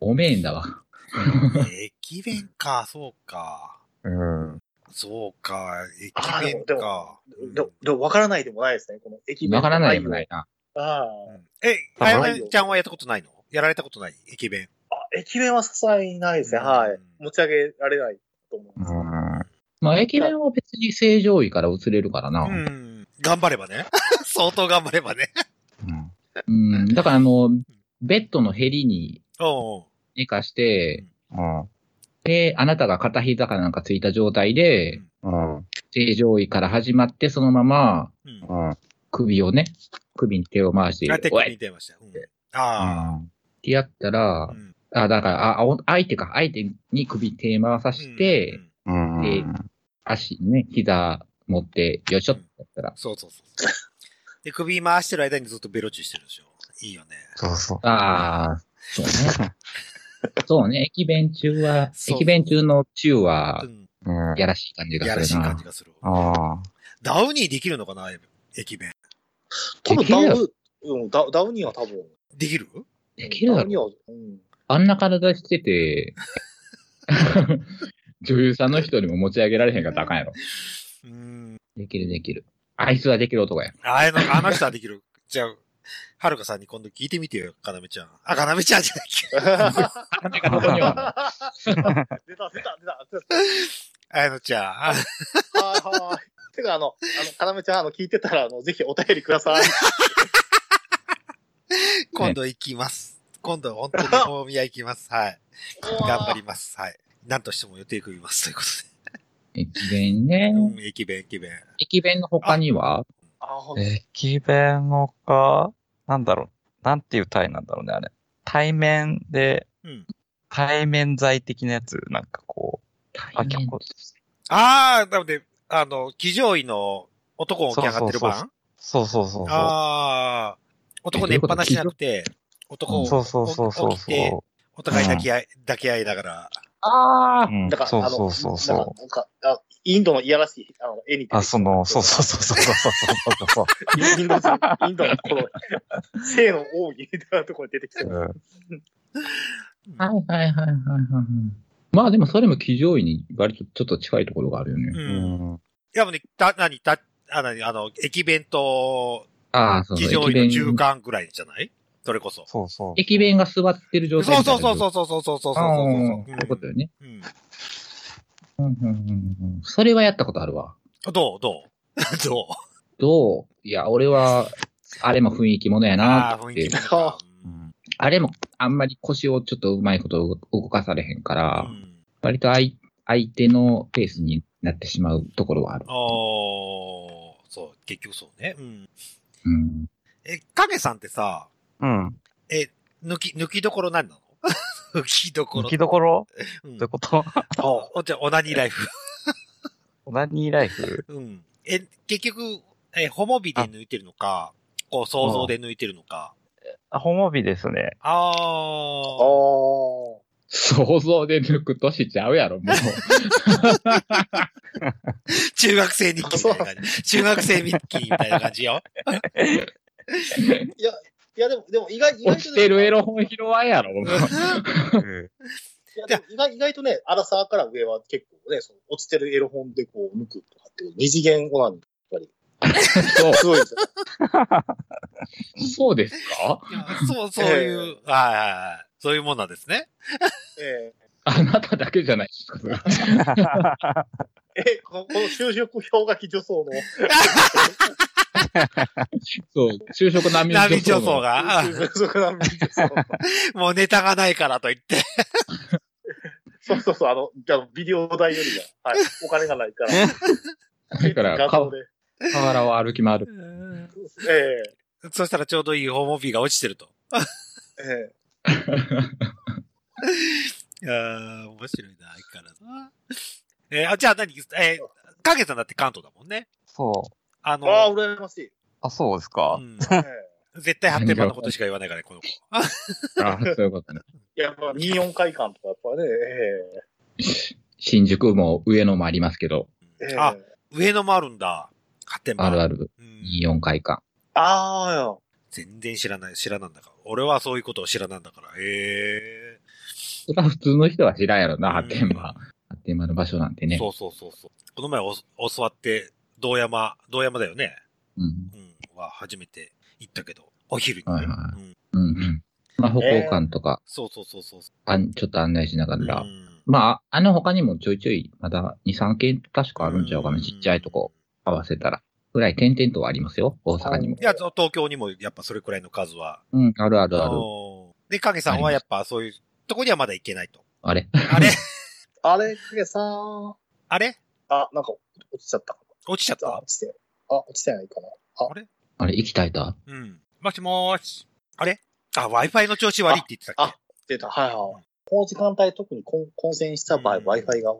S2: おめえんだわ。
S1: 駅弁か、そうか。
S4: うん。
S1: そうか、駅弁か。
S3: でもでも、わからないでもないですね。この駅弁。
S2: わからないでもないな。
S3: あ
S1: う
S3: あ。
S1: んえ、あやめちゃんはやったことないのやられたことない駅弁。
S3: あ駅弁はさすがにないですね。
S1: うん
S3: はい。持ち上げられないと思う
S4: うん
S3: です。
S4: ん。
S2: まあ、駅弁は別に正常位から移れるからな。
S1: う。ん。頑張ればね。 相当頑張ればね。
S2: うん。うんだから、あの、ベッドのヘリに
S1: うん。
S2: 寝かして、
S4: うん。
S2: で、あなたが片膝かなんかついた状態で、
S4: うん。
S2: 正常位から始まって、そのまま
S1: うん。
S4: うん。
S2: 首をね、首に手を回して、
S1: あ、テ
S2: お
S1: ク
S2: い
S1: に出ました。うん。あ
S2: うんってやったら
S1: あ。う、ん
S2: あ、だから、ああ、お相手か、相手に首手回さして、
S1: うん
S4: うん。
S2: で足ね、膝持って、よいしょってやったら、
S1: そうそうそう。で、首回してる間にずっとベロチュしてるんですよ。いいよね。
S4: そうそう。
S2: ああ、そ うね。そうね、駅弁中は、
S1: そう
S2: 駅弁中の中は
S1: う、ん。
S4: うん。
S2: やらしい感じが
S1: やらし
S2: す
S1: い
S2: る
S1: 感
S2: な
S1: じ。がする。
S4: あ
S1: ダウニーできるのかな駅弁。
S3: 多分
S2: できる
S3: ダ
S2: やろ
S3: ウ、うん、ダダウニーは多分。
S1: できる
S2: できるだ
S3: ダウニー
S2: ろ
S3: は、うん。
S2: あんな体してて、女優さんの人にも持ち上げられへんかったらあかんやろ。
S1: うん。
S2: できるできる。あいつはできる男や。
S1: あの、あの人はできる。じゃあ、はるかさんに今度聞いてみてよ、かなめちゃん。あ、かなめちゃんじゃないっけ。
S2: 金がどこに
S3: 出
S2: は。
S3: た、出た、出た。
S1: あやのちゃん。あ
S3: はいはい。てか、あの、あの、かなめちゃん、あの、聞いてたら、あの、ぜひお便りください。
S1: 今度行きます。今度、本当に大宮行きます。はい。頑張ります。はい。なんとしても予定組みます。というこ
S2: 駅弁ね。
S1: とで。うん、駅弁、駅弁。
S2: 駅弁の他には
S3: あ、ほんと
S4: 駅弁のか、なんだろう。なんていう単位なんだろうね、あれ。対面で、
S1: うん。
S4: 対面剤的なやつ、なんかこう。あ、
S2: 対面
S4: 結構、
S1: あー、なので、あの、騎乗位の男が起き上がってる
S4: そうそう
S1: 番
S4: そうそうそうそ
S1: ああ、男寝っぱなしじゃなくて、男
S4: う。
S1: を
S4: そうそうそうそう
S1: 起きて
S4: そ、
S1: お互い抱き合い、抱き合いながら。
S2: あ
S4: う。うん
S3: だから、
S4: そ
S3: あの
S4: うそうそうそ
S3: なんか、なんかあインドのいやらしい、あの、絵に出てき
S4: う。
S3: た
S4: あ、その、そうそうそうそうそうそうそう
S3: インド人、インドのこの、性の奥義みたいなところに出てきて
S4: そう。
S3: る。
S4: うん
S2: はいはいはいはいはいはい。まあでもそれも騎乗位に割とちょっと近いところがあるよ
S1: う
S2: ね。
S1: ん。い
S4: うん
S1: や、もうね、た、なに、た、あ、なに、あの、駅弁と、
S2: ああ、そう
S1: 地
S2: そう。
S1: 上
S2: 駅
S1: 位の
S2: 弁。
S1: 中間ぐらいじゃないそれこそ。
S4: そうそう。
S2: 駅弁が座ってる
S1: そ
S2: 状
S1: う
S2: 態
S1: そう
S2: み
S1: そ
S2: たいうな
S1: そうそ
S2: 状
S1: うそうそうそうそうそう
S2: 態
S1: そう
S2: うんそういうことよね。
S1: うん
S2: うんうんうんうんそれはやったことあるわ。
S1: うんどうどうど
S2: どういや、俺は、あれも雰囲気ものや
S1: うあ
S2: な
S1: あ、
S2: っ
S1: 雰囲
S2: て
S1: 気。とか。
S4: うん
S2: あれもあんまり腰をちょっとうまいこと動かされへんか
S1: う
S2: ら、
S1: ん。
S2: 割と相相手のペースになってしまうところはある
S1: あ。ーそう、結局そうね。うん。
S2: うん、
S1: え、影さんってさ、
S4: うん。
S1: 抜き、抜きどころ何なの抜きどころ。
S4: 行きどころ
S1: うん
S4: どういうこ
S3: あ
S4: と
S1: おじゃあ、オナニーライフ。
S4: オナニーライフ
S1: うん。え、結局、え、ホモビで抜いてるのか、こう、想像で抜いてるのか。
S4: あ、ホモビですね。
S1: あ
S3: あ
S1: ー。
S3: ー。
S2: 想像で抜く年ちゃうやろ、もう。
S1: 中学生日記みたいな感じ。中学生日記みたいな感じよ。
S3: いや、いやでも、でも意外、意外
S2: 落
S3: と。
S2: ちてるエロ本拾わんやろ、
S4: うん
S3: いやでも意外、意外とね、アラサーから上は結構ね、その落ちてるエロ本でこう抜くとかっていう、二次元オナニー、
S2: そ
S3: すごいですよ。
S2: う、そうですか
S1: いやそう、そういう、はいはいはい。そういうもんなんですね。
S3: え
S2: あなただけじゃないですか、それ
S3: え え、この、この就職氷河期女装の、
S2: そう、就職難民
S1: ナビ女
S2: 女
S1: 装
S2: 装が。
S1: が、あ
S3: 就職難民女装。
S1: もうネタがないからと言って。
S3: そうそうそう、あの、あのビデオ代よりは、はい、お金がないから。
S2: だから、
S3: 画像
S2: 河
S3: で。
S2: 原を歩き回る。
S3: え
S1: そしたらちょうどいいホモビが落ちてると。
S3: えええ
S1: ああ、面白いな、相変わらずな。えーあ、じゃあ何えー、影さんだって関東だもんね。
S4: そう。
S1: あの、
S3: ああ、羨ましい。
S4: あ、そうですか
S1: う。ん
S3: ええ
S1: 絶対発展版のことしか言わないからね、この子。
S2: あそういうことね。
S3: やっぱ24回間とか、やっぱね、
S2: 新宿も上野もありますけど、
S3: ええええ
S1: あ、上野もあるんだ。発展版。
S2: あるある、
S1: うん
S2: 24回間。
S3: ああよ。
S1: 全然知らない、知らなんだから。俺はそういうことを知らなんだから。え
S2: それは普通の人は知らんやろな、
S1: うん
S2: 発展場。発展場の場所なんて
S1: え
S2: ね。
S1: そうそうそうそう。この前お、教わって、道山、道山だよね。
S2: うん。
S1: うん。は初めて行ったけど、お昼にね。
S2: はいは
S1: うん。
S2: うんうん。まあ、歩行館とか、
S1: そうそうそうそう。
S2: あんちょっと案内しながら、
S1: うん
S2: まあ、あの他にもちょいちょい、まだ2、3件確かあるんちゃうかな、ちっちゃいとこ。合わせたら。ぐらい点々とはありますよ、大阪にも
S1: い。や、そう東京にもやっぱそれくらいの数は。
S2: うん、あるあるある。
S1: おーで、影さんはやっぱそういうとこにはまだ行けないと。
S2: あれ
S1: あ れ
S3: あれ、けさん。
S1: あれ
S3: あ、なんか、落ちちゃったか
S1: 落ちちゃっ
S3: な。あ、
S1: た
S3: 落ちて。あ、落ちてないかな。
S2: あれ、行きたい だ
S1: うん。もしもーし。あれあ、Wi-Fi の調子悪いって言ってたっけ
S3: あ出た。はいはい。この時間帯特に混混戦した場合、
S1: うん
S3: Wi-Fi が、あ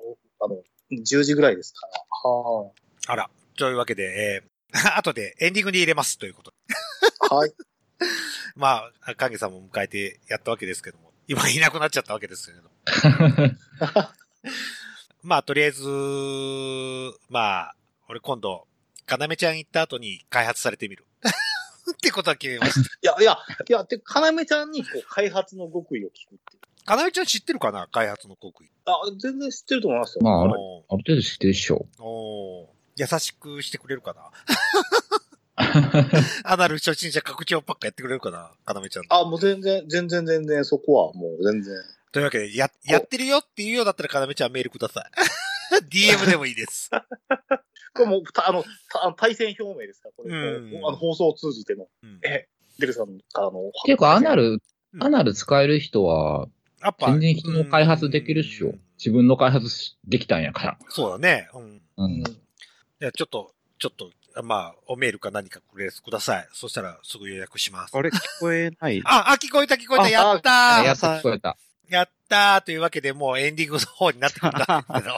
S3: の、10時ぐらいですから。は
S1: あら。というわけで、えー、 後でエンディングに入れますということ。
S3: い。はい。
S1: まあ、影さんも迎えてやったわけですけども、今いなくなっちゃったわけですけれども。まあ、とりあえず、まあ、俺今度、かなめちゃん行った後に開発されてみる。 ってことは決めました。
S3: いや、いや、いや、て、かなめちゃんにこう開発の極意を聞くっていう。
S1: かなめちゃん知ってるかな開発の極意。
S3: あ、全然知ってると思いますよ。
S2: まああれ
S1: お
S2: ある程度知ってるっしょ。
S1: ーおー優しくしてくれるかな アナル初心者拡張パックやってくれるかなかなめちゃんの。
S3: あ、もう全然、全然全然、そこはもう全然。
S1: というわけで、や、やってるよっていうようだったら、かなめちゃんメールくださ い。DM でもいいです。
S3: これもう、たあの、たあの対戦表明ですから、これ、
S1: うん
S3: こうあの放送を通じての、
S1: うん
S3: えデルさんからの。
S2: っていうか、アナル、
S1: うん
S2: アナル使える人は、
S1: やっぱ。
S2: 全然人の開発できるっし
S1: う
S2: ょ
S1: ん。
S2: 自分の開発しできたんやから。
S1: そうだね。うん。
S2: う
S3: うんん。。
S1: いや、ちょっと、ちょっと、まあ、おメールか何かくれください。そしたら、すぐ予約します。
S4: あれ、聞こえ ない。
S1: あ、あ、聞こえた聞こえた。
S4: あ
S1: やったー
S2: あや
S1: や
S2: っと聞こえた。
S1: ったーというわけで、もうエンディングの方になってくるん ですけど。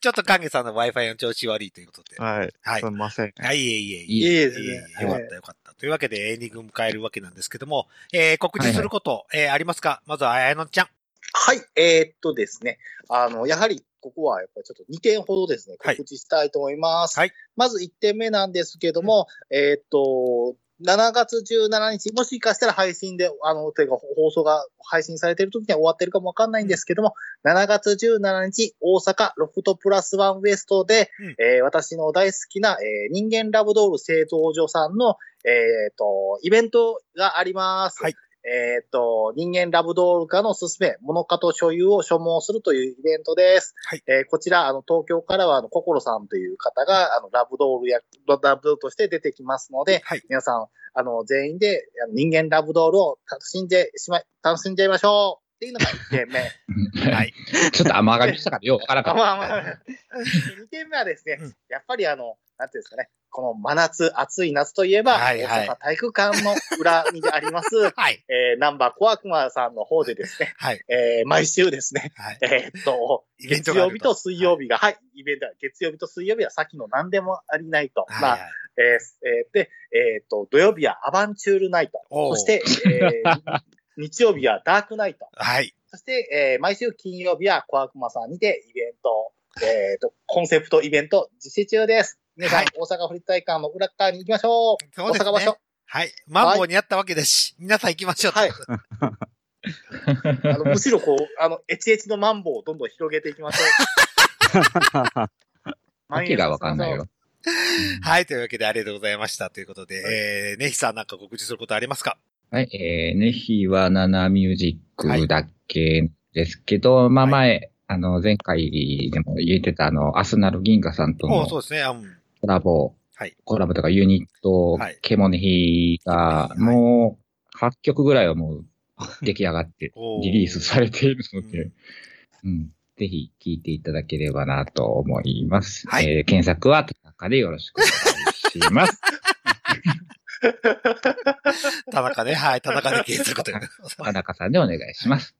S1: ちょっと影さんの Wi-Fi の調子悪いということで。
S4: はい。
S1: はい
S4: す。みません。
S1: はい、いえいえいえ。
S2: い
S3: いえいえ、全
S1: いえい
S3: 然
S1: えよかったよかった。というわけでエンディングを迎えるわけなんですけども、えー、告知すること、えー、ありますかまずは、あやのちゃん。
S3: はい、えーっとですね。あの、やはり、ここは、やっぱりちょっと2点ほどですね、
S1: はい
S3: 告知したいと思います。
S1: はい
S3: まず1点目なんですけども、えーっと、7月17日、もしかしたら配信で、あの、というか放送が配信されている時には終わってるかもわかんないんですけども、7月17日、大阪ロフトプラスワンウエストで、
S1: うん
S3: えー私の大好きな、えー人間ラブドール製造所さんの、えーっと、イベントがあります。
S1: はい
S3: えーっと、人間ラブドール化のすすめ、モノ化と所有を所望するというイベントです。
S1: はい
S3: えーこちら、あの、東京からは、あの、心さんという方が、あの、ラブドールや、ラブドールとして出てきますので、
S1: はい。
S3: 皆さん、あの、全員で、あの人間ラブドールを楽しんでしまい、楽しんじゃいましょうっていうのが1点目。
S1: は
S2: はいい。ちょっと甘がみしたからようわからんか
S3: あ
S2: った。
S3: まあまあ。2点目はですね
S1: うん、
S3: やっぱりあの、なんていうんですかね、この真夏、暑い夏といえば、
S1: はいはい
S3: 大阪体育館の裏にあります、
S1: はい。
S3: えー、ナンバーコアクマさんの方でですね、
S1: はい。
S3: えー、毎週ですね、
S1: はい。
S3: えーっと、
S1: イベント
S3: 月
S1: があ
S3: 曜
S1: る
S3: 日
S1: と。
S3: と水曜日が、はい、イベントが、月曜日と水曜日はさっきの何でもありないと。ま
S1: はい
S3: あ、
S1: はい
S3: えーえーで、えーっと、土曜日はアバンチュールナイト。
S1: おう
S3: そして、え ー日曜日はダークナイト。
S1: はい。
S3: そして、えー毎週金曜日は小悪魔さんにてイベント、えーと、コンセプトイベント実施中です。皆さん、
S1: はい
S3: 大阪府立体育館の裏側に行きましょう。
S1: そうです
S3: 大阪場
S1: ね
S3: 所。。
S1: はい。マンボウにあったわけですし、皆さん行きましょうと。
S3: はい。 あの、むしろこう、あの、エチエチのマンボウをどんどん広げていきましょう。
S2: わけがわかんないよ。。
S1: はい。というわけで、ありがとうございました。ということで、えー、ネヒさんなんか告知することありますか
S2: はい、えー、ねひはななミュージックだけですけど、まあ前、あの、前回でも言ってたあの、アスナル銀河さんと
S1: おう
S2: の
S1: そうですね。うん。
S2: コラボ、
S1: はい
S2: コラボとかユニット
S1: はい、
S2: ケモネヒが、
S1: はい
S2: もう、8曲ぐらいはもう、出来上がって
S1: おー、
S2: リリースされているの
S1: う
S2: で、うん、ぜひ聴いていただければなと思います。
S1: はい
S2: えー検索は、田中でよろしくお願いします。
S1: 田中ね、はい、田中で継続 という。
S2: 田中さんでお願いします。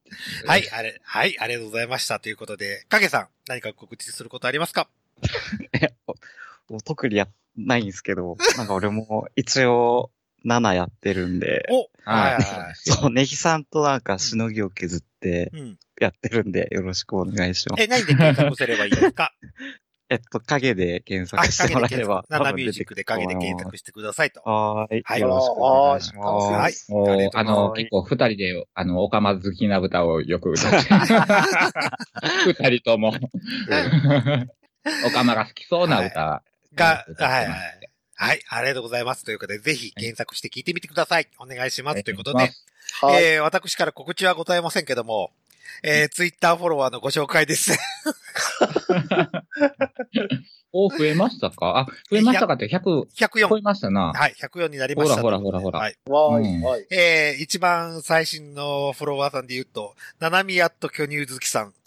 S1: はい、あれ、はい、ありがとうございました。ということで、影さん、何か告知することありますか
S4: もう特にや、ないんですけど、なんか俺も一応7やってるんで、
S1: お
S2: は
S1: はいいは
S4: そう、ネギさんとなんかしのぎを削って
S1: い。うん。
S4: やってるんで、よろしくお願いします。
S1: え、何で検索すればいいです か
S4: えっと、影で検
S1: あ、
S4: 索し
S1: 影
S4: て
S1: で
S4: もらえ
S1: 検
S4: れば
S1: 索。。
S4: 多
S1: ナナ
S4: 分
S1: ミュー
S4: 出
S1: ジ
S4: て
S1: ック
S4: くる
S1: で
S4: と思
S1: 影で
S4: います
S1: 検索してくださいと。
S4: はーい。
S1: はい
S4: よろしくお願いし
S3: あー
S4: ま
S1: は
S4: す。
S1: い。
S2: お
S1: あり
S2: ー
S1: がと
S2: あ
S1: うござい
S2: の、
S1: ます
S2: 結構二人で、あの、オカマ好きな歌をよく 歌って、二人とも、オカマが好きそうな歌、
S1: が、
S2: うん
S1: はいはい。はい、ありがとうございます。ということで、ぜひ検索して聞いてみてください。お願いします。ということで、
S3: はい。
S1: えー、私から告知はございませんけども、えー、ツイッターフォロワーのご紹介です。
S2: お、増えましたかあ、増えましたかって100超
S1: 104
S2: え。ましたな。
S1: はい、104になりました。
S2: ほらほらほらほら
S1: はい。
S3: わ
S2: うん
S3: ーい、はい。
S1: えー、一番最新のフォロワーさんで言うと、ななみやっと巨乳好きさん。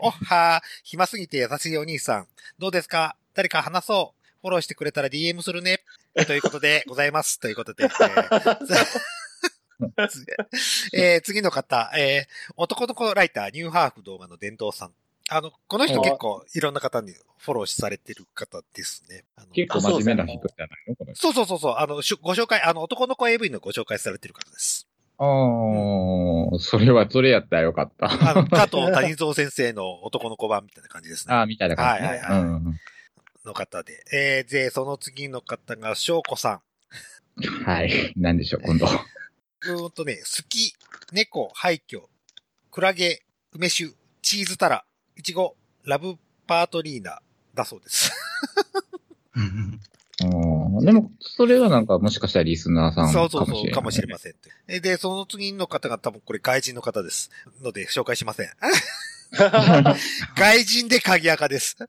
S1: おっはー、暇すぎて優しいお兄さん。どうですか誰か話そう。フォローしてくれたら DM するね。ということで、ございます。ということで。えーつ えー次の方、えー男の子ライター、ニューハーフ動画の伝道さん。あの、この人結構いろんな方にフォローされてる方ですね。あの
S2: 結構真面目な人じゃないのこの人。
S1: そうそうそうそう、あの、しゅご紹介、あの、男の子 AV のご紹介されてる方です。
S2: ああ、それはそれやったらよかった。
S1: あの、加藤谷蔵先生の男の子版みたいな感じですね。
S2: ああ、みたいな感じね。
S1: はいはいはい
S2: うん
S1: の方で。えー、で、その次の方が、翔子さん。
S2: はい。なんでしょう、今度。
S1: うーんとね、好き、猫、廃墟、クラゲ、梅酒、チーズタラ、イチゴ、ラブパートリーナ、だそうです。
S2: うんでも、それはなんか、もしかしたらリスナーさんか
S1: そう
S2: も
S1: そう
S2: しれない。
S1: そう、かもしれませんって。えで、その次の方が多分これ外人の方です。ので、紹介しません。外人で鍵垢です。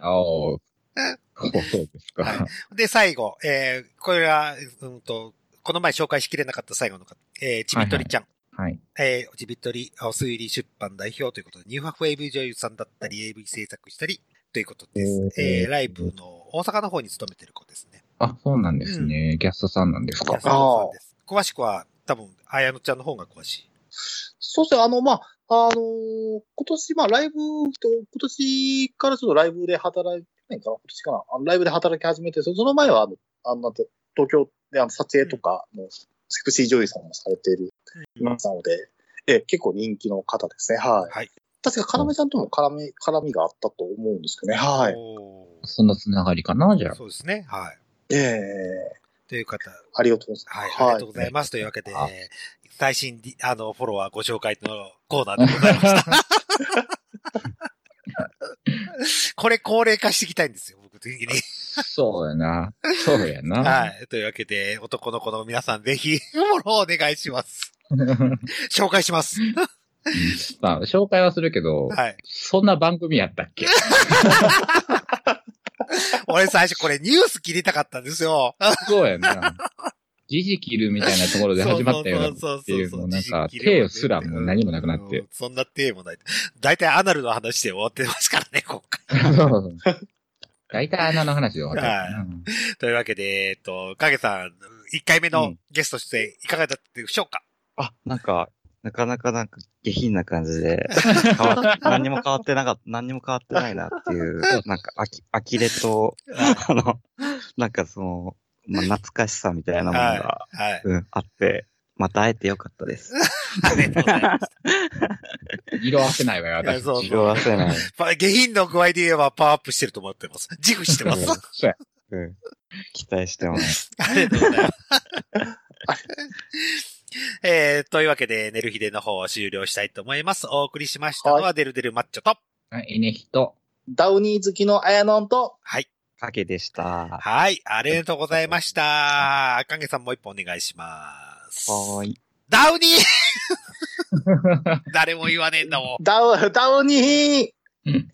S2: ああ、そうです
S1: は
S2: か。
S1: で、最後、えー、これは、うんと、この前紹介しきれなかった最後の方、えー、ちびっとりちゃん。
S2: はい。
S1: えー、ちびっとり、青水理出版代表ということで、ニューハーフ AV 女優さんだったり、AV 制作したり、ということです。
S2: おー
S1: えー、ライブの大阪の方に勤めてる子ですね。
S2: あ、そうなんですね。キャストさんなんですか。
S1: そうです。詳しくは、多分、綾乃ちゃんの方が詳しい。
S3: そうですね、あの、まあ、あのー今年、まあ、ライブと、今年からちょっとライブで働い去年かな、今年かな、あのライブで働き始めて、そその前は、あの、あのなんて、東京であの撮影とかの、セクシー女優さんもされている、いますなので、ええ、結構人気の方ですね、はい。
S1: はい。
S3: 確か、要ちゃんとも絡み、絡みがあったと思うんですけどね、はい。
S1: おー
S2: そのつながりかな、じゃあ。
S1: そうですね。はい。
S3: ええ
S1: という方、
S3: ありがとうございま
S1: はい、
S3: す。
S1: ありがとうございます。というわけで、最新ディ、あの、フォロワーご紹介のコーナーでございま した。これ高齢化していきたいんですよ、僕的に。
S2: そうやな。そうやな。
S1: はい。というわけで、男の子の皆さん、ぜひ、 フォローお願いし ます。紹介します。
S2: まあ、紹介はするけど、
S1: はい。
S2: そんな番組やったっけ
S1: 俺最初これニュース切りたかったんですよ。
S2: そうやな。時事切るみたいなところで始まったような。
S1: そう
S2: ていうもうなんか
S1: 時期切れ
S2: 手すらもう何もなくなって
S1: うんそんな手もない。大体アナルの話で終わってますからね、今回。
S2: そうそう大体穴の話で終わったよな。
S1: というわけで、えっと、影さん、1回目のゲスト出演、いかがだったでしょうか、
S4: あ、なんか、なかなかなんか下品な感 じで、変わっ何にも変わってなかった、何にも変わってないなっていう、なんか、あき、呆れと、あの、なんかその、まあ、懐かしさみたいなものが、
S1: はい。
S4: うん、あって、また会えてよかったです。
S1: ありがとうございます。
S2: 色あせないわよ、私。
S1: そう
S4: 色褪せない。
S1: まあ 下品の具合で言えばパワーアップしてると思ってます。自負してます。
S2: そうや
S4: うん。期待してます。
S1: ありがとうございます。 えー、というわけで、寝る日での方を終了したいと思います。お送りしましたのは、デルデルマッチョと、
S2: あいいね、人。
S3: ダウニー好きのあやのんと、
S4: 影でした。は
S1: はい、ありがとうございました。影さんもう一本お願いします。
S4: ーい。
S1: ダウニー 誰も言わねえんだもん。
S3: ダウ、ダウニー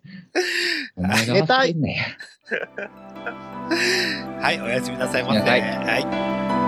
S2: お前が忘れんなよ。
S1: はい、おやすみなさいませ。
S2: はい
S1: はい